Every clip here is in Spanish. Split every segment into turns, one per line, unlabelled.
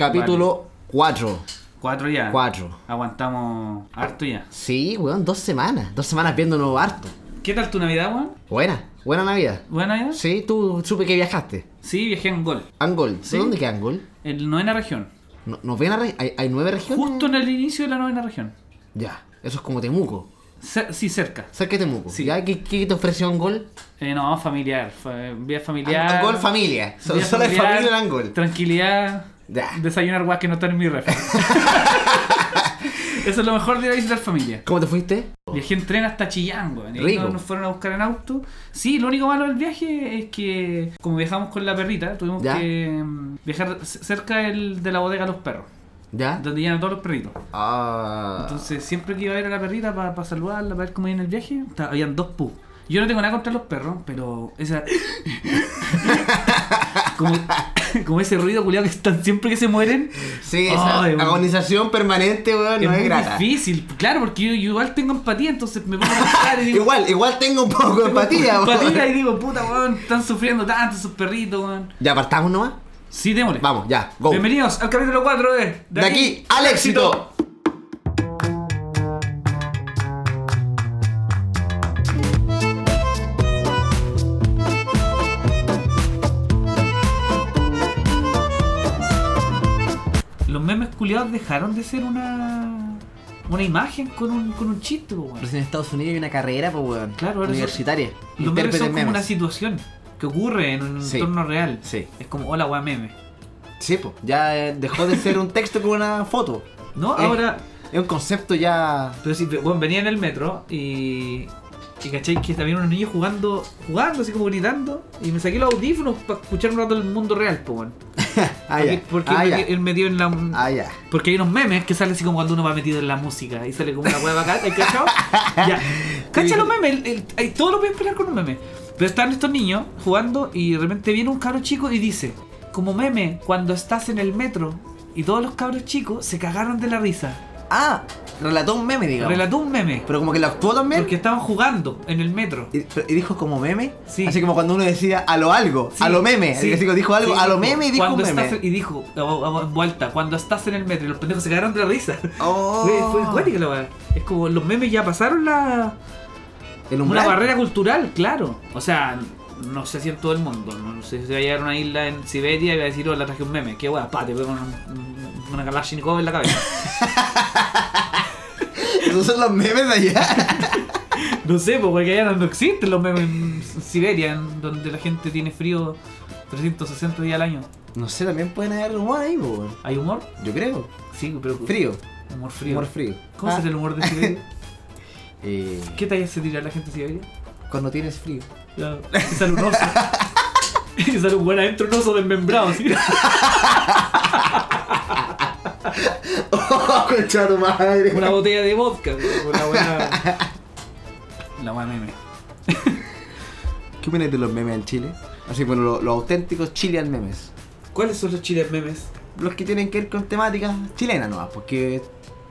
Capítulo 4.
Cuatro ya.
4.
Aguantamos harto ya.
Sí, weón, dos semanas. Dos semanas viéndonos harto.
¿Qué tal tu Navidad, weón?
Buena, buena Navidad.
¿Buena Navidad?
Sí, tú supe que viajaste.
Sí, viajé a Angol,
Angol,
Sí.
¿de dónde queda Angol?
en la novena región.
No, novena re- hay, hay nueve regiones?
Justo en el inicio de la novena región.
Ya, eso es como Temuco.
Ce- sí, cerca.
Cerca de Temuco.
Sí.
¿Ya? ¿Qué, qué te ofreció Angol?
Eh, no, familiar. Fue, vía familiar.
An- Angol familia. Ah, So-
vía
Solo hay
familiar,
familia en Angol.
Tranquilidad.
Ya.
Desayunar guas que no están en mi ref. Eso es lo mejor de ir a visitar familia.
¿Cómo te fuiste?
Viajé en tren hasta Chillán, weón. Y ahí
Rico.
nos- nos fueron a buscar en auto. Sí, lo único malo del viaje es que, como viajamos con la perrita, tuvimos
Ya.
que mm, viajar c- cerca del- de la bodega de los perros,
¿Ya?
donde llegan todos los perritos.
Ah.
Entonces, siempre que iba a ver a la perrita para saludarla, para ver cómo iba en el viaje, ta- habían dos pus. Yo no tengo nada contra los perros, pero esa. como, como ese ruido culiado que están siempre que se mueren.
Sí,
Ay,
esa
weón.
agonización permanente, weón, no
es
es
muy
grata.
difícil, claro, porque yo, yo igual tengo empatía, entonces me pongo a pensar y digo,
Igual, igual tengo un poco de empatía, weón.
Patita y digo, puta, weón, están sufriendo tanto esos perritos, weón.
¿Ya partamos nomás?
Sí, démosle.
Vamos, ya, go.
Bienvenidos al capítulo 4 de...
De aquí al éxito.
Los memes culiados dejaron de ser una... Una imagen con un, con un chiste, po, weón.
en Estados Unidos hay una carrera, pues, weón.
Claro, ahora
universitaria.
Los memes son como una situación que ocurre en un
Sí.
entorno real.
Sí.
Es como, hola, weón, meme.
Sí, pues. Ya eh, dejó de ser un texto con una foto.
No,
Eh.
ahora...
Es un concepto ya.
Pero sí, bueno, venía en el metro y. Y cachai que también unos niños jugando, jugando, así como gritando. Y me saqué los audífonos para escuchar un rato el mundo real, po, weón.
Ah, ya.
Porque
ah,
me-
ya.
él metió en la.
Ah, ya.
Porque hay unos memes que salen así como cuando uno va metido en la música y sale como una hueva acá, ¿cachao? ya. ¿Cacha los memes? El- el- hay- todo lo puedes esperar con un meme. Pero están estos niños jugando y de repente viene un cabro chico y dice, como meme, cuando estás en el metro y todos los cabros chicos se cagaron de la risa.
Ah, relató un meme, digamos.
Relató un meme.
Pero como que lo actuó también.
Porque estaban jugando en el metro.
Y, pero- y dijo como meme.
Sí.
Así como cuando uno decía a lo algo,
Sí,
a lo meme.
sí.
Así como dijo algo,
Sí,
a lo meme y dijo un
cuando
meme.
estás- y dijo, a- a- en vuelta, cuando estás en el metro y los pendejos se cagaron de la risa.
Oh.
Fue, fue cuática la weá. Es como los memes ya pasaron la.
El
Una
umbral.
barrera cultural, claro. O sea, no sé si en todo el mundo. No sé si se va a llegar a una isla en Siberia y va a decir, hola, traje un meme. Qué weá, pa, te pego un- una Kalashnikov en la cabeza.
Esos son los memes de allá.
no sé, pues, porque allá no existen los memes en Siberia, en donde la gente tiene frío 360 días al año.
No sé, también pueden haber humor ahí, po, weón.
¿Hay humor?
Yo creo.
Sí, pero.
Frío.
Humor frío.
Humor frío.
¿Cómo se
Ah,
hace el humor de Siberia?
eh,
¿Qué talla se tira la gente de Siberia?
cuando tienes frío.
Ya, y sale un oso. Y sale un buen adentro un oso desmembrado. así.
¡Oh, concha tu madre!
Una botella de vodka. Una buena. La buena meme.
¿Qué opinas de los memes en Chile? Así, bueno, lo- los, auténticos chilean memes.
¿Cuáles son los chiles memes?
Los que tienen que ver con temáticas chilenas nomás, porque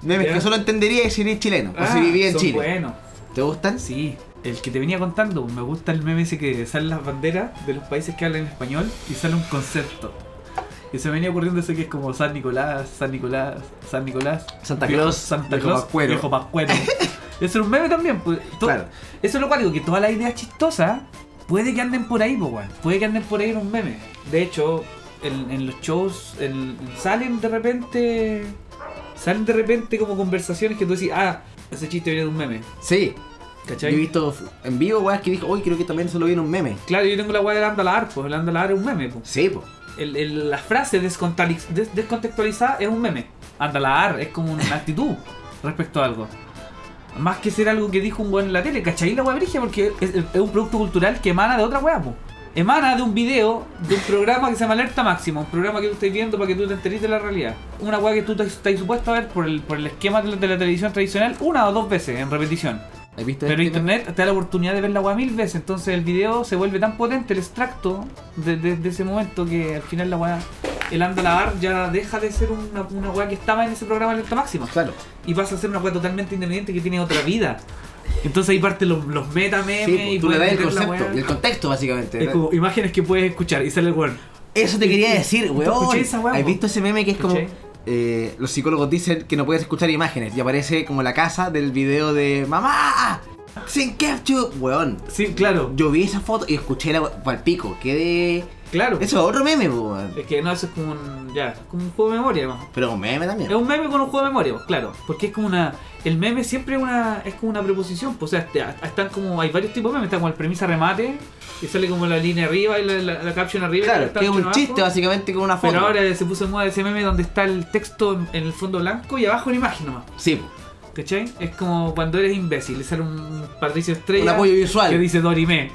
memes
Ya. Ah,
que solo entendería si eres chileno o si vivía en
son
Chile.
buenos.
¿Te gustan?
Sí. El que te venía contando, me gusta el meme ese que salen las banderas de los países que hablan español y sale un concepto. Y se me venía ocurriendo ese que es como San Nicolás, San Nicolás, San Nicolás.
Santa
Viejo-
Claus,
Santa
viejo
Claus,
pascuero.
viejo pascuero. Eso es un meme también. pues, to-
Claro.
Eso es lo cual digo, que todas las ideas chistosas puede que anden por ahí, po, weón. Puede que anden por ahí en un meme. De hecho, en, en los shows el- salen de repente. Salen de repente como conversaciones que tú decís, ah, ese chiste viene de un meme.
Sí. Yo
¿Cachai?
he visto f- en vivo weas que dijo, hoy creo que también solo viene un meme.
Claro, yo tengo la weá de Andalar, pues el Andalar es un meme, pues.
Sí, po.
El, el- la frase descontali- des- descontextualizada es un meme. Andalar es como una actitud respecto a algo. Más que ser algo que dijo un weón en la tele, ¿cachai? La weá brigia porque es, es un producto cultural que emana de otra weá, po. Emana de un video, de un programa que se llama Alerta Máxima, un programa que tú estás viendo para que tú te enteres de la realidad. Una weá que tú estás, estás supuesto a ver por el, por el esquema de la, de la televisión tradicional una o dos veces en repetición.
¿Has visto
Pero
este
internet te da la oportunidad de ver la weá mil veces, entonces el video se vuelve tan potente, el extracto de, de- de ese momento que al final la weá, el Andalabar ya deja de ser una, una weá que estaba en ese programa de alerta máxima
meme? Claro.
y pasa a ser una weá totalmente independiente que tiene otra vida. Entonces ahí parten los, los meta memes
Sí, po.
y
Tú le
puedes
das el
meter la
concepto,
weá.
el contexto básicamente.
Es como imágenes que puedes escuchar y sale el weón.
Eso te quería decir,
¿Tú
weón.
escuchai esa weá,
¿Has
po?
visto ese meme que es como.
¿Cachai?
eh, los psicólogos dicen que no puedes escuchar imágenes y aparece como la casa del video de ¡Mamá! ¡Sin ketchup! Weón.
Sí, claro,
Yo vi esa foto y escuché la pal pico. Quedé.
claro.
Eso es otro meme, po, weón.
Es que no, eso es como un, ya, como un juego de memoria, más.
Pero un meme
Es
también.
un meme con un juego de memoria, pues, claro. Porque es como una. El meme siempre es una, es como una preposición. Pues, o sea, te- a- están como. Hay varios tipos de memes. Está como el premisa remate. Y sale como la línea arriba y la, la- la caption arriba. y la
Claro, que es
caption
un
abajo.
chiste básicamente con una foto.
Pero ahora se puso en moda ese meme donde está el texto en, en el fondo blanco y abajo una imagen nomás.
Sí, po.
¿Cachai? Es como cuando eres imbécil. Le sale un Patricio Estrella.
un apoyo visual.
Que dice Dorime.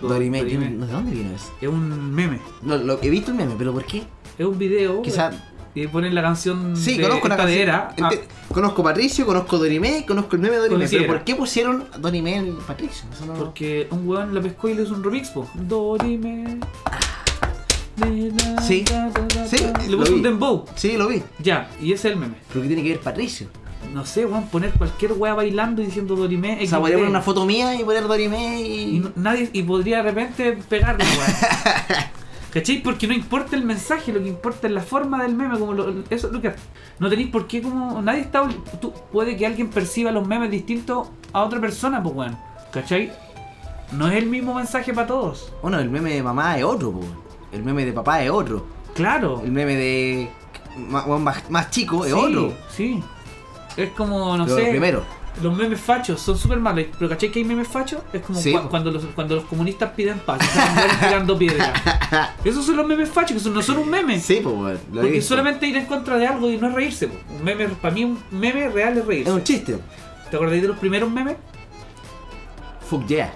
Dorime, yo no sé dónde vino eso.
Es un meme.
No, lo, he visto el meme, pero ¿por qué?
Es un video.
Quizá.
Y ponen la canción
Sí,
de,
conozco la
esta de
canción.
Era. Ah,
Ente- Conozco Patricio, conozco Dorime, conozco el meme de Dorime.
Conocí
Pero
Era.
¿por qué pusieron a Dorime en Patricio? Eso no-
porque un weón la pescó y le hizo un remix, po. Dorime.
Sí. Sí,
Le
lo
puso un
vi.
dembow.
Sí, lo vi.
Ya, y ese es el meme.
¿Pero qué tiene que ver Patricio?
No sé, weón, poner cualquier wea bailando y diciendo Dorime.
O sea,
XD.
podría poner una foto mía y poner Dorime
Y
y.
no- nadie y podría de repente pegarle, weón. ¿Cachai? Porque no importa el mensaje, lo que importa es la forma del meme, como lo- eso, Lucas. No tenéis por qué como. Nadie está. obli- Tú, puede que alguien perciba los memes distintos a otra persona, pues weón. ¿Cachai? No es el mismo mensaje para todos.
Bueno, el meme de mamá es otro, po. El meme de papá es otro.
Claro.
El meme de. ma- weón Más, más chico es
sí,
otro.
Sí. Es como, no
Pero
sé.
Primero.
Los memes fachos son súper malos, pero ¿cachai que hay memes fachos? Es como
Sí,
cua-
po.
cuando, los, cuando los comunistas piden paz, están los weones tirando piedra. Esos son los memes fachos, que son- no son un meme.
Sí, po, weón. lo he
porque
visto.
solamente ir en contra de algo y no es reírse. po. Un meme, para mí un meme real es
Es
reírse.
un chiste.
¿Te acordáis de los primeros memes?
Fuck yeah.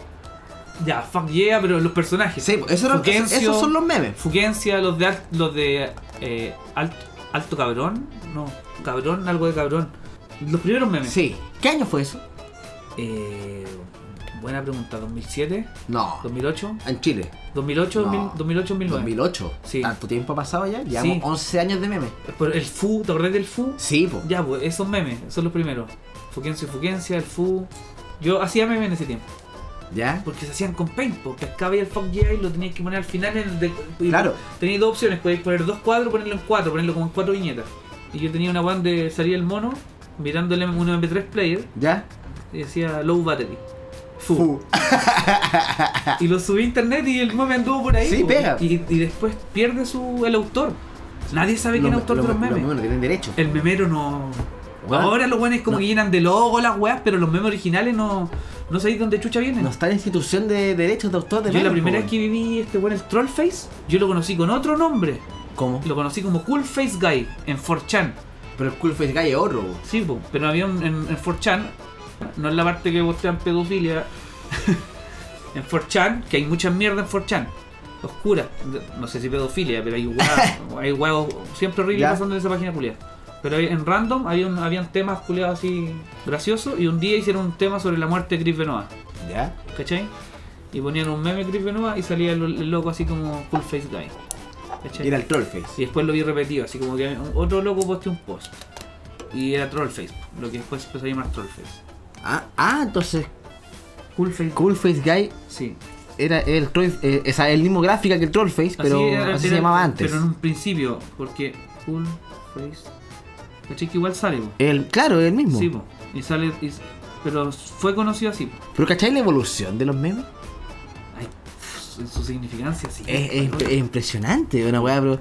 Ya, fuck yeah, pero los personajes.
Sí, po, eso era-
Fulgencio.
esos son los memes.
Fugencia, los de, al- los de eh, alto, alto cabrón. No, cabrón, algo de cabrón. Los primeros memes.
Sí. ¿Qué año fue eso?
Eh, buena pregunta, 2007,
No.
2008.
En Chile.
2008,
No.
2000, 2008, 2009.
2008.
Sí.
Tanto tiempo ha pasado ya. Llevamos
Sí.
11 años de memes.
Pero el FU, ¿te acordás del FU?
Sí, po.
Ya, pues, esos memes, son los primeros. Fuquencia y Fuquencia, el FU. Yo hacía memes en ese tiempo,
¿Ya?
porque se hacían con paint, pues pescaba y el fuck yeah y lo tenías que poner al final. En el de- y
Claro.
Tenías dos opciones, podías poner dos cuadros, ponerlo en cuatro, ponerlo como en cuatro viñetas. Y yo tenía una one de salía el mono, mirándole un MP3 player,
¿Ya?
y decía low battery. Fu.
Fu.
Y lo subí a internet y el meme anduvo por ahí.
Sí,
po.
pega.
Y, y después pierde su el autor. Nadie sabe quién es autor de los memes. Eh.
no tienen derecho.
El memero no.
Weón,
Ahora los buenos como
no.
que llenan de logo las weas, pero los memes originales no, no sabéis dónde chucha vienen.
No está la institución de derechos de autor de
yo la
memes,
primera
po,
vez que viví este weón, el Trollface, yo lo conocí con otro nombre.
weón. ¿Cómo?
Lo conocí como Coolface Guy en 4chan.
Pero el cool face guy es otro, po.
Sí, po, pero había un, en, en 4chan, no es la parte que bostean pedofilia. en 4chan, que hay mucha mierda en 4chan. Oscura. No sé si pedofilia, pero hay huevos, hay huevos siempre horribles
Ya.
pasando en esa página culiada. Pero hay- en random había un- habían temas culiados así graciosos y un día hicieron un tema sobre la muerte de Chris Benoit.
¿Ya?
¿Cachai? Y ponían un meme de Chris Benoit y salía el, el loco así como Cool Face Guy. ¿Cachai?
Y era el troll face.
Y después lo vi repetido, así como que otro loco posteó un post. Y era Trollface, lo que después empezó a llamar Trollface.
Ah, ah, entonces
Coolface.
cool face guy
Sí.
era el troll, eh, o sea, el mismo gráfica que el troll face, pero así,
era-
se
era-
llamaba antes.
Pero en un principio, porque Coolface. ¿Cachai que igual sale, po?
El, claro, el mismo.
Sí, po. Y sale. y s- pero fue conocido así, po.
Pero ¿cachai la evolución de los memes?
Ay, pff, en su significancia, sí.
Es, es impre- es impresionante, una weá, pero.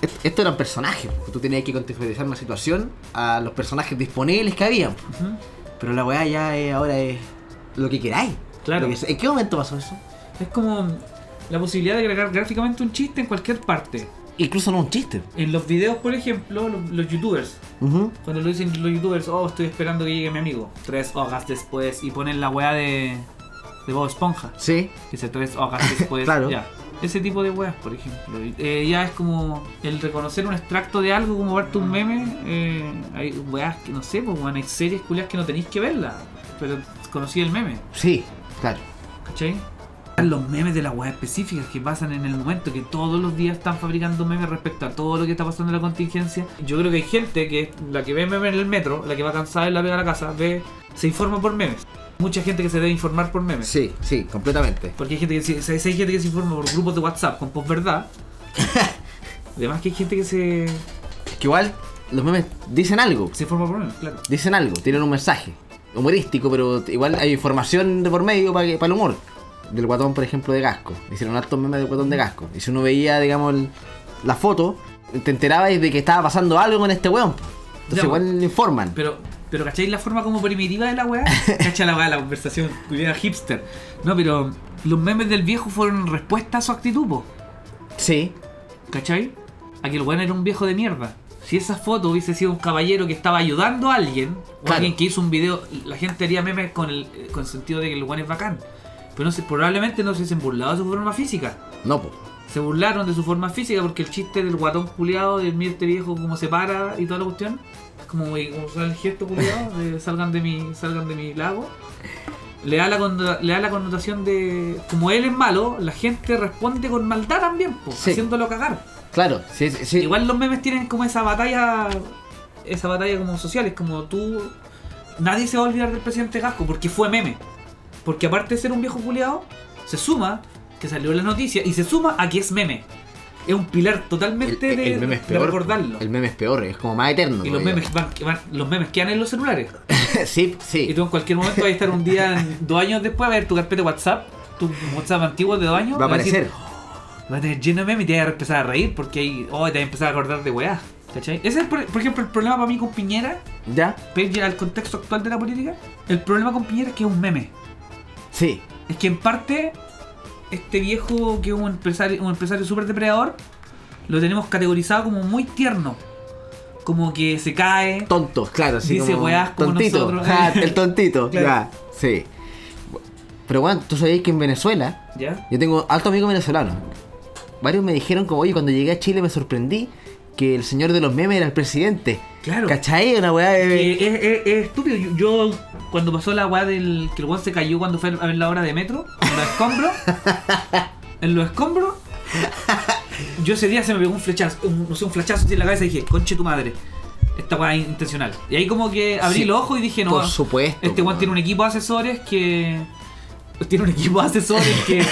est- Esto era un personaje, po. tú tenías que contextualizar una situación a los personajes disponibles que habían. po.
Ujú.
Pero la weá ya es- ahora es lo que queráis.
Claro.
Lo que- ¿En qué momento pasó eso?
Es como la posibilidad de agregar gráficamente un chiste en cualquier parte.
Incluso no un chiste.
En los videos, por ejemplo, los- los youtubers.
Ujú.
Cuando lo dicen los youtubers, oh, estoy esperando que llegue mi amigo. Tres hojas después y ponen la weá de, de Bob Esponja.
Sí.
Dice tres hojas después.
Claro.
Ya. Ese tipo de weas, por ejemplo. Y, eh, ya es como el reconocer un extracto de algo, como verte un meme. eh, hay weas que no sé, pues weón, hay series culias que no tenéis que verla. Pero conocí el meme,
Sí, claro.
¿cachai? están los memes de las weas específicas que pasan en el momento, que todos los días están fabricando memes respecto a todo lo que está pasando en la contingencia. Yo creo que hay gente que es la que ve memes en el metro, la que va cansada y la pega a la casa, ve, se informa por memes. Mucha gente que se debe informar por memes.
Sí, sí, completamente.
Porque hay gente que se, se- hay gente que se informa por grupos de WhatsApp con posverdad. Además que hay gente que se,
Que igual los memes dicen algo.
se informa por memes, claro.
Dicen algo, tienen un mensaje humorístico, pero igual hay información de por medio para, el humor. Del guatón, por ejemplo, de Gasco. Hicieron hartos memes del guatón de Gasco. Y si uno veía, digamos, el- la foto, te enterabas de que estaba pasando algo con este weón. Entonces
Ya,
igual le informan.
Pero, pero ¿cacháis la forma como primitiva de la weá? ¿Cachai la weá la conversación culiada hipster? No, pero los memes del viejo fueron en respuesta a su actitud, po.
Sí,
¿Cachai? A que el weón era un viejo de mierda. Si esa foto hubiese sido un caballero que estaba ayudando a alguien, o
Claro.
alguien que hizo un video, la gente haría memes con el, con el sentido de que el weón es bacán. Pero no se, probablemente no se hubiesen burlado de su forma física.
no, po.
Se burlaron de su forma física porque el chiste del guatón culiado, del mirte viejo, como se para y toda la cuestión, es como eh, usar el gesto culiado de salgan de mi, salgan de mi lago. Le da, la condo- le da la connotación de. Como él es malo, la gente responde con maldad también, po,
Sí.
haciéndolo cagar.
Claro, sí, sí.
Igual los memes tienen como esa batalla. Esa batalla como social, es como tú. Nadie se va a olvidar del presidente Gasco porque fue meme. Porque aparte de ser un viejo culiado, se suma que salió en las noticias y se suma a que es meme. Es un pilar
El,
totalmente
el-
de,
el meme es
de
peor.
recordarlo.
El meme es peor, es como más eterno.
y los
todavía.
memes, van- que van- los memes quedan en los celulares.
sí,
Y
sí.
tú en cualquier momento vas a estar un día, en- dos años después, a ver tu carpeta de WhatsApp, tu WhatsApp antiguo de dos años.
Va a
decir,
aparecer.
Va a tener lleno de memes y te vas a empezar a reír porque ahí, oh, te vas a empezar a acordar de weá. ¿Cachai? Ese es, por, por ejemplo, el problema para mí con Piñera,
¿Ya?
pero ya al contexto actual de la política. El problema con Piñera es que es un meme.
Sí.
Es que en parte, este viejo que es un empresario, un empresario súper depredador, lo tenemos categorizado como muy tierno. Como que se cae.
tontos, claro, sí.
Dice
como
weas como
tontito.
nosotros.
Ja, el tontito, ya,
Claro.
sí. Pero bueno, tú sabías que en Venezuela,
¿Ya?
yo tengo alto amigo venezolano. Varios me dijeron como, oye, cuando llegué a Chile me sorprendí que el señor de los memes era el presidente.
Claro.
¿Cachai? Una weá
Que
de...
Eh, es, es- es estúpido. Yo, yo, cuando pasó la weá del. que el weón se cayó cuando fue a ver la hora de metro, en los escombros. en los escombros. Yo ese día se me pegó un flechazo, un- no sé, un flechazo así en la cabeza y dije, conche tu madre. Esta weá es intencional. Y ahí como que abrí
Sí,
los ojos y dije, no.
Por supuesto.
Este weón tiene un equipo de asesores que. Tiene un equipo de asesores que.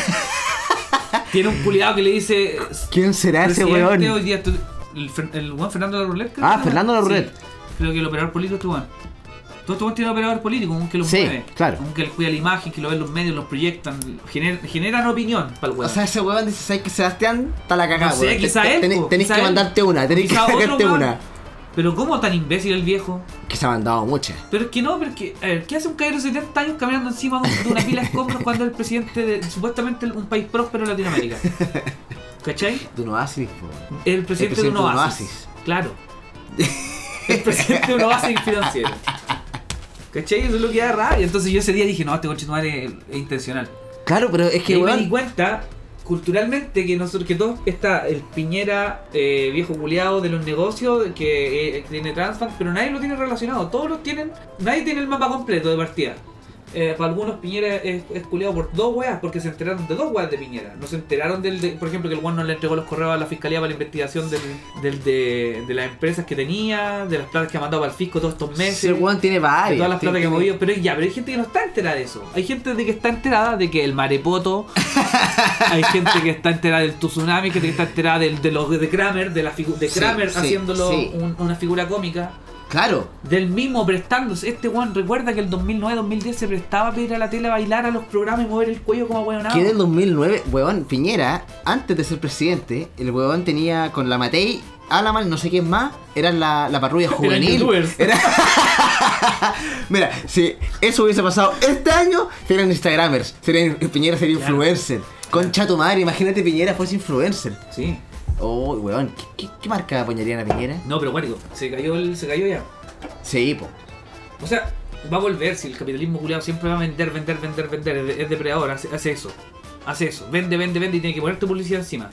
tiene un puliado que le dice.
¿Quién será Ah, ese
"Presidente,
weón?
hoy día estu- el, Fer- el weón Fernando Larroulet, creo
Ah,
que se llama.
Fernando Larroulet.
Sí, creo que el operador político es este weón. Todo este weón tiene un operador político, un que lo
Sí,
mueve.
claro.
Un que le cuida la imagen, que lo ve en los medios, los proyectan, gener- generan opinión para el
O
weón.
sea, ese weón dice, ¿sabes que Sebastián está la cagada,
No sé,
weón? Te-
quizá
te-
él,
tenés-
po,
tenés
quizá
que
él.
mandarte una, tenés que
Quizá otro
sacarte
weón.
una.
Pero cómo tan imbécil el viejo.
Que se me han dado muchas.
Pero es que no, pero es que, a ver, ¿qué hace un caballero de 70 años caminando encima de un- de una pila de escombros cuando es el presidente de supuestamente un país próspero de Latinoamérica? ¿Cachai?
De un oasis, po. El
El presidente,
presidente
de un
de un
oasis.
oasis.
Claro. El presidente de un oasis financiero. ¿Cachai? Eso es lo que da rabia. Entonces yo ese día dije, no, este coche madre es, es intencional.
Claro, pero es
y
que,
ahí me di
weón...
cuenta, culturalmente, que nosotros, que todo está el piñera eh, viejo culiado de los negocios, que eh, tiene Transbank, pero nadie lo tiene relacionado. Todos los tienen, nadie tiene el mapa completo de partida. Eh, para algunos Piñera es, es culiado por dos weas, porque se enteraron de dos weas de Piñera. No se enteraron del, de- por ejemplo, que el weón no le entregó los correos a la fiscalía para la investigación del, del- de, de las empresas que tenía, de las platas que ha mandado para el fisco todos estos meses.
Ese weón tiene
De
varias.
todas las plata que
tiene-
ha movido, pero ya, pero hay gente que no está enterada de eso. Hay gente de que está enterada de que el marepoto, hay gente que está enterada del tsunami, que está enterada del, de los de Kramer, de la figu- de
Sí,
Kramer
sí,
haciéndolo
sí.
un- una figura cómica,
Claro.
del mismo prestándose. Este weón recuerda que el 2009-2010 se prestaba a pedir a la tele a bailar a los programas y mover el cuello como weonado.
Que en el 2009, weón, Piñera, antes de ser presidente, el weón tenía con la Matei, Alaman, no sé quién más, eran la, la parrulla juvenil.
youtubers.
Era- Mira, si eso hubiese pasado este año, serían Instagramers, serían, Piñera sería
Claro.
influencer. Concha tu madre, imagínate Piñera fuese influencer.
Sí.
Oh, weón, ¿qué, qué, qué marca apoyarían a Piñera?
No, pero bueno, se cayó el, se cayó ya.
Sí, po.
O sea, va a volver si el capitalismo culiado siempre va a vender, vender, vender, vender. Es, de- es depredador, hace, hace eso. Hace eso. Vende, vende, vende y tiene que poner tu publicidad encima.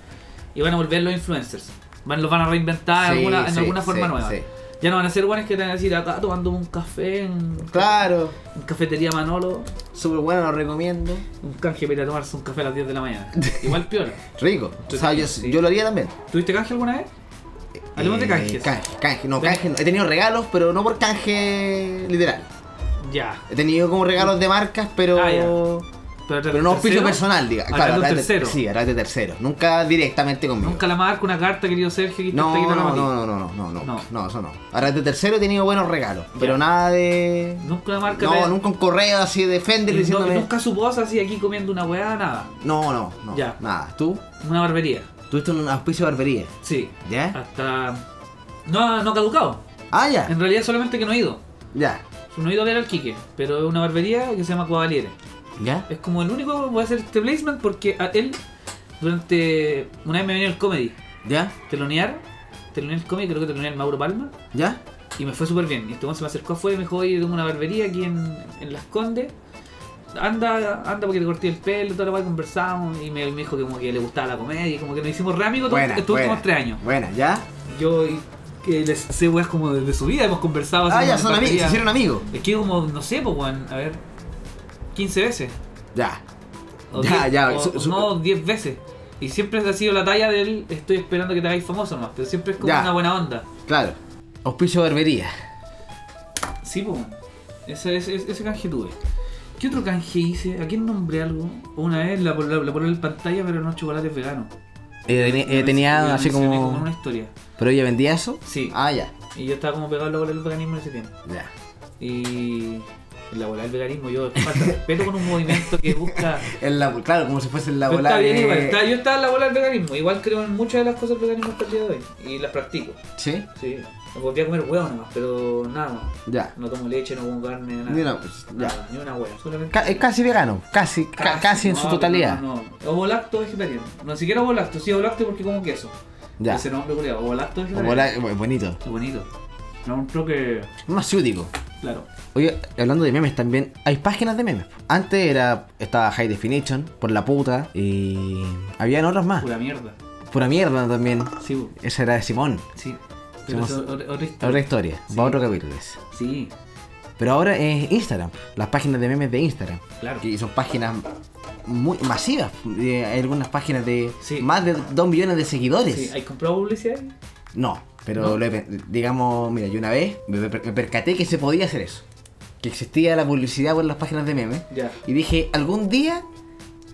Y van a volver los influencers. Van, los van a reinventar
Sí,
alguna- en
sí,
alguna forma
sí,
nueva.
sí.
Ya no van a ser guanes que te van a decir acá tomando un café en,
Claro,
en cafetería Manolo,
súper bueno, lo recomiendo.
un canje para ir a tomarse un café a las 10 de la mañana. Igual peor.
Rico. O sea, yo, yo lo haría también.
¿Tuviste canje alguna vez? Hablemos de
Eh,
canjes.
Canje, canje, no,
De-
canje. no. He tenido regalos, pero no por canje literal.
Ya.
He tenido como regalos de marcas, pero.
Ah, ya.
Pero no auspicio
tercero,
personal, diga.
a través de un
a través de-
tercero.
Sí, a través de terceros. Nunca directamente conmigo.
Nunca la marca una carta, querido Sergio, que
No,
te
no,
quita la
no,
mano.
no, no, no, no,
No.
no, no, eso no. Ahora de tercero he tenido buenos regalos, pero
Ya.
nada de.
Nunca una marca
No,
te-
nunca un correo así de
y
Fender
no-
diciéndome.
nunca su voz así aquí comiendo una weá, nada.
No, no, no.
Ya.
Nada. ¿Tú?
Una barbería.
Tuviste un auspicio de barbería.
Sí.
¿Ya?
Hasta. No, no ha caducado.
¿Eh? Ah, ya.
Ah. En realidad solamente que no he ido.
Ya.
No he ido a ver al Quique, pero es una barbería que se llama Coavaliere.
¿Ya?
Es como el único que voy a hacer este placement porque a él, durante. Una vez me venía el comedy,
¿Ya?
telonear, telonear el comedy, creo que telonear el Mauro Palma,
¿Ya?
y me fue súper bien. Y este weón se me acercó afuera y me dijo: Oye, tengo una barbería aquí en, en Las Condes. Anda, anda porque te corté el pelo, toda la weá conversamos. Y me, me dijo que como que le gustaba la comedia, y como que nos hicimos re amigos todos
Buena,
estos
buena.
últimos tres años.
Buena, ¿ya?
Yo y- que les sé weas como de, de su vida, hemos conversado. así
Ah,
como
ya,
en
son amigos, se
barbería.
hicieron amigos.
Es que como, no sé, pues, weón, a ver, 15 veces.
Ya.
O
Ya,
10,
ya,
o-
su-
o
su-
no, 10 veces. Y siempre ha sido la talla del estoy esperando que te hagáis famoso nomás, pero siempre es como
Ya.
una buena onda.
Claro. Auspicio de barbería.
Sí, pues, weón. ese, ese, ese canje tuve. ¿Qué otro canje hice? ¿A quién nombré algo? Una vez la, la, la polola en pantalla, pero no chocolates veganos.
Eh, teni- eh, tenía
La
así
mencioné en
como.
una historia.
¿Pero ella vendía eso?
Sí.
Ah, ya.
Y yo estaba como pegado luego del veganismo en ese tiempo.
Ya.
Y en la bola del veganismo yo falta de respeto con un movimiento que busca...
En la, claro, como si fuese en la
Pero
bola
está bien
de-
igual, está- yo estaba en la bola del veganismo, igual creo en muchas de las cosas del veganismo hasta el día de hoy y las practico.
Sí,
Sí, me volví a comer huevos nomás, pero nada más.
ya.
No tomo leche, no como carne, nada.
Ni una- pues, ya.
Nada, ni una hueva, solamente.
Ca- es casi vegano, casi, ca- casi, en
no,
su
pero
totalidad.
No, no, Ovo lacto vegetariano. No siquiera ovo lacto, sí, ovo lacto porque como queso.
Ya.
Ese nombre, culiao, ovo lacto vegetariano.
Bola- bu- bonito.
Qué bonito. No, creo que.
Más ciútico.
Claro.
Oye, hablando de memes también, hay páginas de memes. Antes era estaba High Definition, por la puta, y habían otras más.
Pura mierda.
Pura mierda también.
Sí, bu-
Esa era de Simón.
sí. Pero
Somos-
eso es otra- otra historia.
Otra historia,
Sí.
va otro capítulo. ese.
Sí,
Pero ahora es Instagram, las páginas de memes de Instagram.
claro.
Y son páginas muy masivas. Eh, Hay algunas páginas de
Sí.
más de 2 millones de seguidores.
Sí, ¿Hay comprado publicidad? ahí?
No, pero
No.
lo he pe- digamos, mira, yo una vez me, me- me percaté que se podía hacer eso. Que existía la publicidad por las páginas de memes.
Ya.
Y dije, algún día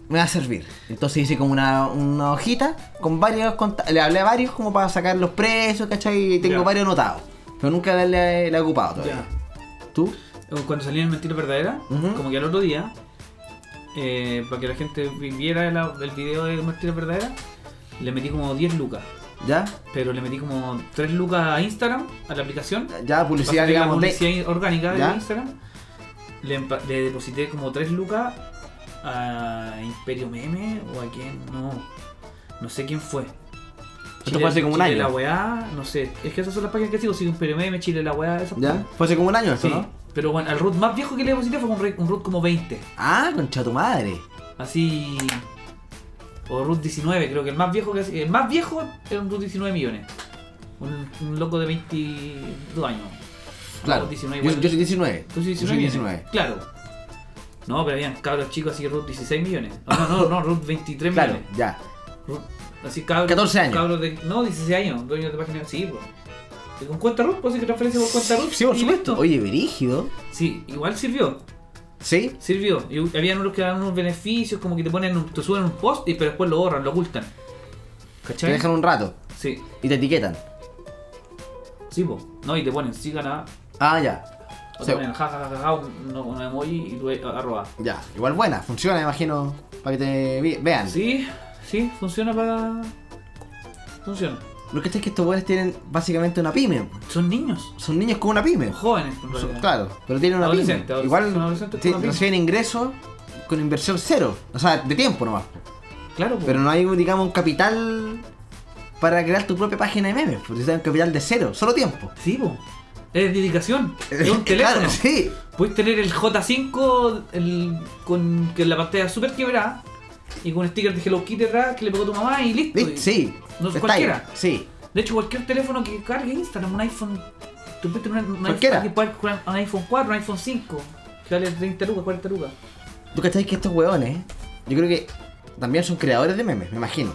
me va a servir. Entonces hice como una, una hojita con varios conta- Le hablé a varios como para sacar los precios, ¿cachai? Y tengo
Ya.
varios anotados. Pero nunca la, la- la he ocupado todavía.
Ya.
¿Tú?
O Cuando salía en Mentira Verdadera,
Ujú.
como que al otro día, eh, para que la gente viera la- el video de Mentira Verdadera, le metí como 10 lucas.
¿Ya?
Pero le metí como 3 lucas a Instagram, a la aplicación.
Ya, publicidad,
Para que la
digamos, de-
publicidad orgánica
¿Ya?
de Instagram. Le, empa- le deposité como 3 lucas a Imperio Meme o a quién, no. No sé quién fue.
Esto fue hace como un
Chile
año.
la weá, no sé. Es que esas son las páginas que sigo, sigo Imperio Meme, Chile la weá, esas
¿Ya? Fue hace como un año esto,
Sí,
¿no?
pero bueno, el root más viejo que le deposité fue un, re- un root como 20.
Ah, concha tu madre.
Así. O root 19, creo que el más viejo que El más viejo era un root 19 millones. Un, un loco de 22 años.
Claro.
Root 19
yo,
igual.
yo soy 19.
Tú sí,
Yo
19 millones. Claro. No, pero habían cabros chicos así, root 16 millones. Ah, no, no, no, root 23
Claro,
millones.
ya.
Root- así cabros.
14 años.
Cabros de. No, 16 años, dueños de página. Sí, pues. Y Con cuenta root, pues así que transferencia por cuenta root.
Sí, por
y
supuesto.
listo.
Oye, brígido.
Sí, igual sirvió.
¿Sí?
Sirvió. Y habían unos que dan unos beneficios, como que te ponen, un- te suben un post y pero después lo borran, lo ocultan.
Te
¿Cachai?
dejan un rato
Sí,
y te etiquetan.
sí, po. No, y te ponen, sigan a.
Ah, ya.
O
Sí.
te ponen jajajaja, un, no, un emoji y tú eh, arroba.
Ya. Igual buena, funciona, me imagino, para que te vi- vean.
Sí, sí, funciona para. Funciona.
Lo que está es que estos güeyes tienen básicamente una pyme. pues.
Son niños,
Son niños con una pyme.
son jóvenes. en
Son-
realidad.
claro, pero tienen una pyme.
Adolescente, adolescente,
Igual
son adolescentes con
ti-
una pyme.
reciben ingresos con inversión cero. O sea, de tiempo nomás.
Uh. Claro, po.
Pero no hay, digamos, un capital para crear tu propia página de memes. Porque necesitas un capital de cero, solo tiempo.
Sí, po. Es dedicación. Es un teléfono.
Claro, sí.
Puedes tener el J5 el- con que la pantalla es súper quebrada y con stickers de Hello Kitty atrás que le pegó tu mamá y listo.
Sí.
No es
Está ahí.
cualquiera.
Sí.
De hecho, cualquier teléfono que cargue Instagram, un iPhone Tú viste un, un,
Cualquiera.
iPhone- alguien puede comprar un iPhone 4, un iPhone 5, que vale 30 lucas, 40 lucas.
¿Tú cachás que estos hueones, yo creo que también son creadores de memes, me imagino?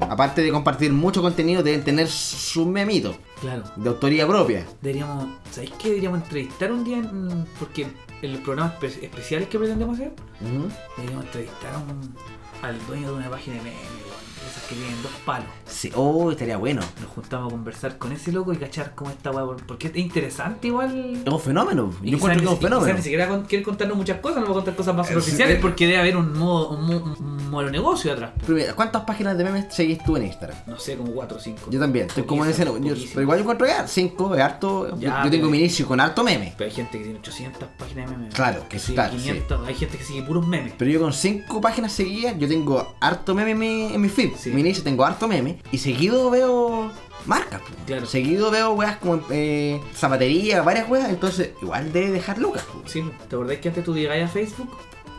Aparte de compartir mucho contenido, deben tener sus memitos
Claro.
de autoría propia.
Deberíamos, ¿sabéis qué? Deberíamos entrevistar un día, mm, porque en los programas espe- especiales que pretendemos hacer,
Ujú.
deberíamos entrevistar a un- al dueño de una página de memes, weón, de esas que tienen dos palos.
Sí, oh, estaría bueno.
Nos juntamos a conversar con ese loco y cachar cómo está, weón, porque es interesante igual.
Es un fenómeno.
Y
Yo
quizás
encuentro que
ni
es un
si- quizás
fenómeno.
ni siquiera con- quieren contarnos muchas cosas, nos va a contar cosas más
Eh,
superficiales
sí.
porque debe haber un modo, un, mo- un modo negocio atrás.
Primero, ¿cuántas páginas de memes seguís tú en Instagram?
No sé, como 4 o 5.
Yo también, estoy como en ese.
Poquísimo,
Yo,
poquísimo.
pero igual yo encuentro que cinco es harto.
Ya,
yo, yo tengo
pero-
mi inicio con harto meme.
Pero hay gente que tiene 800 páginas de memes.
Claro, que
sigue
claro,
500, Hay gente que sigue puros memes.
Pero yo con cinco páginas seguidas, yo tengo harto meme en mi, en mi feed.
Sí.
Mi inicio tengo harto meme. Y seguido veo marcas. po.
Claro.
Seguido veo weas como eh, zapatería, varias weas. Entonces, igual de dejar lucas. po.
Sí, ¿te acordáis que antes tú llegabas a Facebook,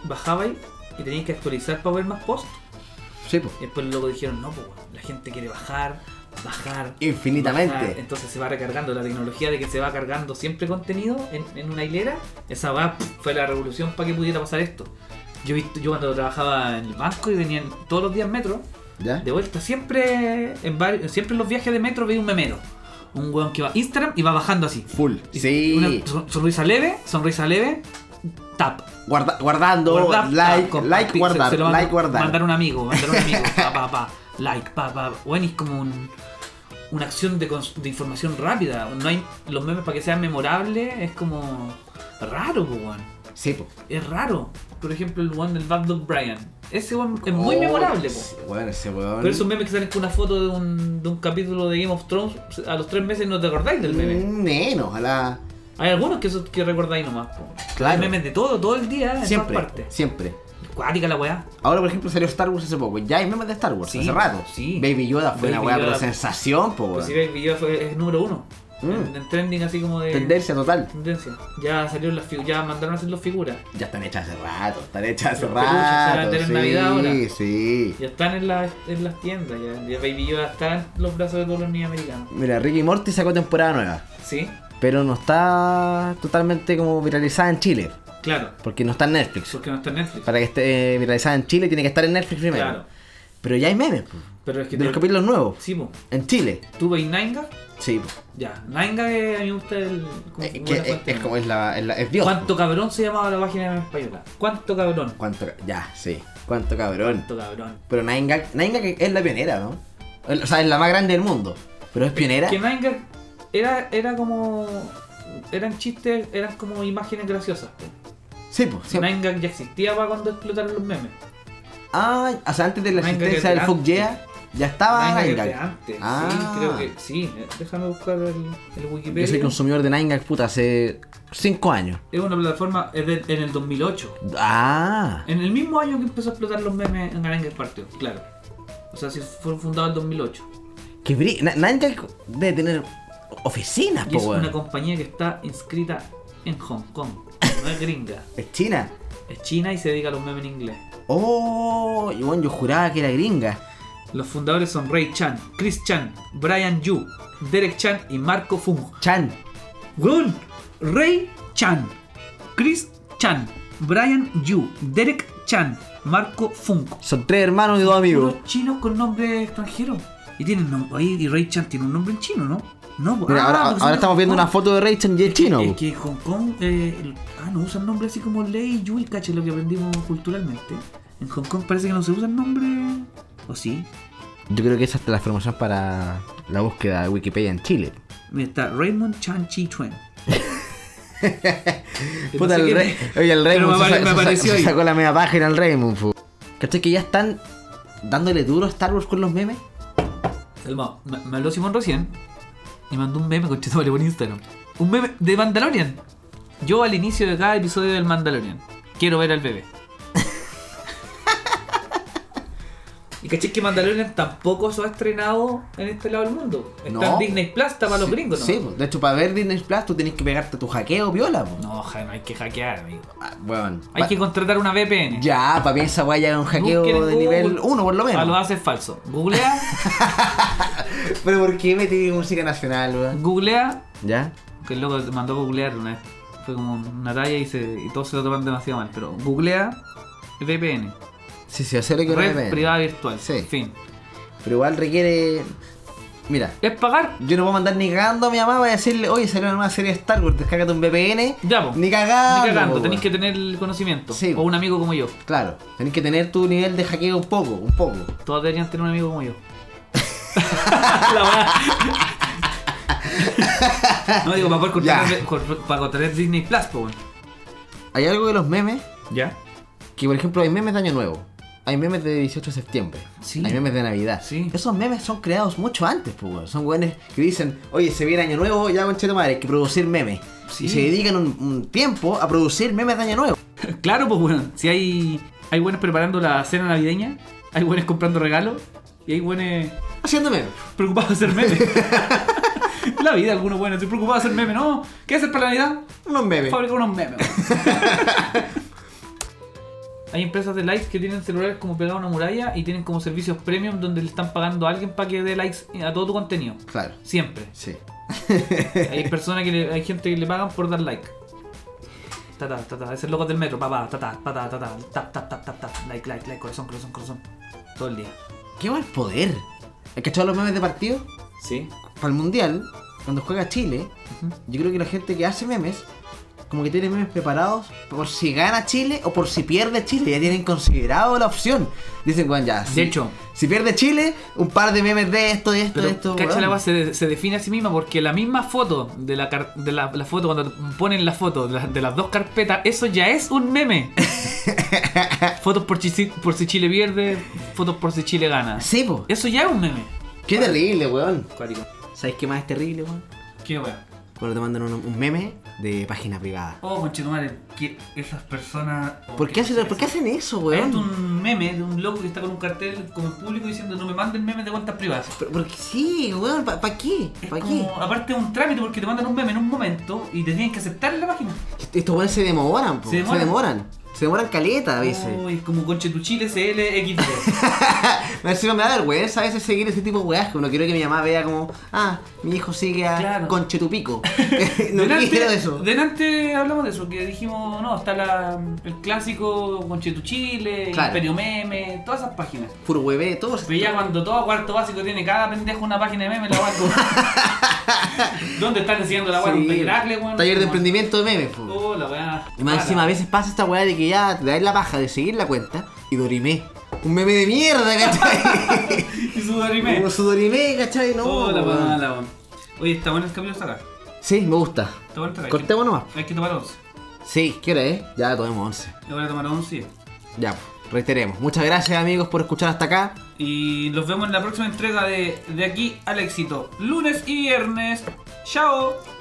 bajabais y tenías que actualizar para ver más posts?
Sí, po.
Y después luego dijeron, no, pues la gente quiere bajar, bajar. bajar.
Infinitamente.
Entonces se va recargando la tecnología de que se va cargando siempre contenido en, en una hilera. Esa va, pff, fue la revolución para que pudiera pasar esto. Yo, he visto- yo cuando trabajaba en el banco y venían todos los días metro,
¿Ya?
de vuelta, siempre en, vari- siempre en los viajes de metro veía un memero. Un weón que va a Instagram y va bajando así.
Full.
Y
Sí.
Una son- sonrisa leve, sonrisa leve, tap.
Guarda- guardando.
Guardar,
like,
compartir,
like,
se-
guardar.
se lo manda-
like, guardar.
Mandar a un amigo, mandar a un amigo, pa, pa, pa, like, pa, pa. Bueno, es como un- una acción de, cons- de información rápida. No hay los memes para que sean memorables, es como raro, po, weón.
Sí, po.
Es raro. Por ejemplo, el one del Bad Dog Brian. Ese weón es muy
Oh,
memorable, po.
sí, Weón, ese weón.
Pero esos memes que salen con una foto de un, de un capítulo de Game of Thrones, a los tres meses no te acordáis del meme.
Mm,
Ah,
Menos, a la.
Hay algunos que, eso- que recordáis nomás. po.
Claro.
Hay memes de todo, todo el día, en
Siempre, Oh,
todas partes.
siempre.
Cuática la weá.
Ahora, por ejemplo, salió Star Wars hace poco. Ya hay memes de Star Wars,
Sí,
hace rato.
sí.
Baby Yoda fue
Baby
una weá, pero
Yoda.
sensación, po, weón.
Inclusive Pues el video fue, es número uno.
Mm.
En, en trending así como de...
Tendencia total.
Tendencia. Ya salieron las figuras, ya mandaron a hacer las figuras.
Ya están hechas hace rato, están hechas hace
Los peluches se van a
rato.
tener
Sí,
en Navidad ahora.
sí.
Ya están en, las en las tiendas, ya, ya Baby Yoda está en los brazos de todos los niños americanos.
Mira, Ricky Morty sacó temporada nueva,
¿Sí?
pero no está totalmente como viralizada en Chile,
Claro.
porque no está en Netflix.
Porque no está en Netflix.
Para que esté eh, viralizada en Chile tiene que estar en Netflix primero.
Claro.
Pero ya hay memes, po,
Pero es que...
Ah, de los
te-
capítulos nuevos.
Sí, po.
En Chile.
¿Tú veis Nine Gag?
Sí, po.
Ya, Nine eh, a mí me gusta el. como-
Eh, que
buena
es,
fuente,
es
¿no?
como es la, es la- es Dios.
¿Cuánto cabrón se llamaba la página en española? ¿Cuánto cabrón?
¿Cuánto? ca- Ya, sí. ¿Cuánto cabrón?
¿Cuánto cabrón?
Pero Nine Gag, Nine Gag es la pionera, ¿no? O sea, es la más grande del mundo. Pero es pionera.
Que Nine Gag era, era como. Eran chistes, eran como imágenes graciosas.
Sí, pues. sí.
Nine Gag ya existía para cuando explotaron los memes.
Ah, o sea, antes de la
Nine Gag
existencia
es
del
de
Fuck
antes.
Yeah, ya estaba Nine
es de
Gag.
antes.
Ah.
Sí, creo que. Sí, eh, déjame buscar el, el
Yo soy
Wikipedia.
consumidor de Nine Gag, puta, hace 5 años.
Es una plataforma. Es de- en el 2008.
Ah,
En el mismo año que empezó a explotar los memes en Nine Gag partió, claro. O sea, sí, fue fundado en 2008.
Ah, que bri- Na- Nine Gag debe tener oficinas,
Y
po,
es una
weón.
compañía que está inscrita en Hong Kong. No es gringa.
Es China.
Es china y se dedica a los memes en inglés.
Oh, y bueno, yo juraba que era gringa.
Los fundadores son Ray Chan, Chris Chan, Brian Yu, Derek Chan y Marco Fung.
Chan.
¡Weón! Ray Chan, Chris Chan, Brian Yu, Derek Chan, Marco Fung.
Son tres hermanos y dos amigos.
Puros chinos con nombre extranjero. Y tienen nom- oye, y Ray Chan tiene un nombre en chino, ¿no? No, po-
Mira,
ah,
ahora,
porque son
ahora
de
estamos
Hong
viendo
Kong.
una foto de Rachel y el chino.
Es
po.
que en Hong Kong, eh, el- ah, no usan nombres así como Lei Yui, caché lo que aprendimos culturalmente. En Hong Kong parece que no se usan nombres. ¿O sí?
Yo creo que esa es la formación para la búsqueda de Wikipedia en Chile.
Mira, está Raymond Chan Chi Chuen.
Puta,
No sé
el
qué-
rey, oye, el
Pero
Raymond
me
se, sa-
apare- me
se sa-
apareció
se
ahí.
sacó la media página al Raymond, fu. ¿Cachai que ya están dándole duro a Star Wars con los memes?
Calmado, me, me habló Simón recién y mandó un meme con vale por Instagram. Un meme de Mandalorian. Yo al inicio de cada episodio del Mandalorian quiero ver al bebé. y caché que Mandalorian tampoco se ha estrenado en este lado del mundo. Está
No.
en Disney Plus, está para los
Sí,
gringos, ¿no?
Sí, po. de hecho, para ver Disney Plus tú tenés que pegarte tu hackeo, viola, po.
No, ja, no hay que hackear, amigo.
Ah, weón.
Hay
Pa-
que contratar una VPN.
Ya, para mí esa weá ya es un hackeo
Busquen en
de
Google.
nivel 1 por lo
A lo
menos.
haces falso. Googlea,
Pero ¿por qué metí música nacional, weón?
googlea
¿Ya?
que el loco mandó a googlear una vez. Fue como una talla y, se, y todos se lo toman demasiado mal. Pero googlea VPN.
Sí, sí, hacer lo que
Red
uno ve.
privada virtual.
Sí.
Fin.
Pero igual requiere. Mira,
Es pagar.
yo no puedo mandar ni cagando a mi mamá para decirle, oye, salió una nueva serie de Star Wars, descárgate un VPN.
Ya, po.
Ni cagando.
Ni cagando,
po,
tenéis que
weón.
tener el conocimiento.
Sí.
O un amigo como yo.
Claro, tenés que tener tu nivel de hackeo un poco, un poco.
Todos deberían tener un amigo como yo. La weá. no digo para poder
Ya.
contratar, cor- para contratar Disney Plus, po, weón.
Hay algo de los memes,
¿Ya?
que por ejemplo hay memes de Año Nuevo, hay memes de 18 de septiembre,
Sí.
hay memes de Navidad.
Sí.
Esos memes son creados mucho antes, pues, weón. Son weones que dicen, oye, se viene Año Nuevo, ya con tu madre, hay que producir memes.
Sí.
Y se dedican un, un tiempo a producir memes de Año Nuevo.
Claro, pues bueno, si hay hay buenos preparando la cena navideña, hay buenos comprando regalos y hay buenos
Haciendo memes.
preocupados de hacer memes. la vida, algunos buenos, estoy preocupado de hacer memes, ¿no? ¿Qué hacer para la Navidad?
Unos memes.
Fabricar unos memes. hay empresas de likes que tienen celulares como pegados a una muralla y tienen como servicios premium donde le están pagando a alguien para que dé likes a todo tu contenido.
Claro,
Siempre.
sí.
Hay personas que le- hay gente que le pagan por dar like. Ta ta ta ta, es el logo del metro, papá, ta ta ta ta ta ta, tap tap tap tap tap, like like like, corazón corazón corazón, todo el día.
Qué mal poder. ¿Has cachado los memes de partido?
Sí.
Para el mundial, cuando juega Chile, yo creo que la gente que hace memes, como que tiene memes preparados por si gana Chile o por si pierde Chile. Ya tienen considerado la opción. Dicen, bueno, ya. si-
De hecho.
si pierde Chile, un par de memes de esto, de esto,
Pero
de esto.
cacha
weón.
la base se, se define a sí misma porque la misma foto de la car- de la, la foto cuando ponen la foto de, la- de las dos carpetas, eso ya es un meme. fotos por, chi- por si Chile pierde, fotos por si Chile gana.
Sí, po.
Eso ya es un meme.
Qué terrible, weón.
Cuático.
¿Sabes qué más es terrible, weón?
Qué wea.
Cuando te mandan un, un meme de página privada.
Oh, conchetumare, que esas personas.
¿Por qué, hacen, por qué hacen eso, weón?
Es un meme de un loco que está con un cartel como en público diciendo no me manden memes de cuentas privadas.
Pero- porque sí, weón, ¿para qué?
Es
¿Para qué?
como, aparte es un trámite porque te mandan un meme en un momento y te tienen que aceptar en la página.
Estos weones se demoran, po. Se
Se demoran.
demoran. Se demoran, caleta a veces.
Uy, es como conche tu chile CLXD.
A veces me da vergüenza a veces seguir ese tipo de weas. Como no quiero que mi mamá vea como, ah, mi hijo sigue a
Claro.
Conchetupico. no quiero eso.
delante hablamos de eso, que dijimos, no, está la, el clásico conche tu chile,
Claro.
Imperio Meme, todas esas páginas.
Puro hueve, todo.
Pero ya cuando todo cuarto básico tiene cada pendejo una página de meme, la guardo. ¿Dónde están enseñando la guarda?
Sí.
Un Peracle, weón.
Taller de
Como-
emprendimiento de memes, po.
Oh, la weá.
Y más encima a veces pasa esta weá de que ya te dais la paja de seguir la cuenta y Dorimé. Un meme de mierda, ¿cachai?
Y su anime.
Como su Dorimé, ¿cachai? No.
Oh, la
weón.
weá, la weá. Oye, está bueno el camino hasta acá.
Sí, me gusta.
Está bueno hasta acá.
Cortemos nomás.
Hay que tomar 11.
Sí, ¿qué hora es? Ya tomemos 11.
Yo voy a tomar 11.
Ya, reiteremos. Muchas gracias amigos por escuchar hasta acá.
Y nos vemos en la próxima entrega de De aquí al éxito. Lunes y viernes. Chao.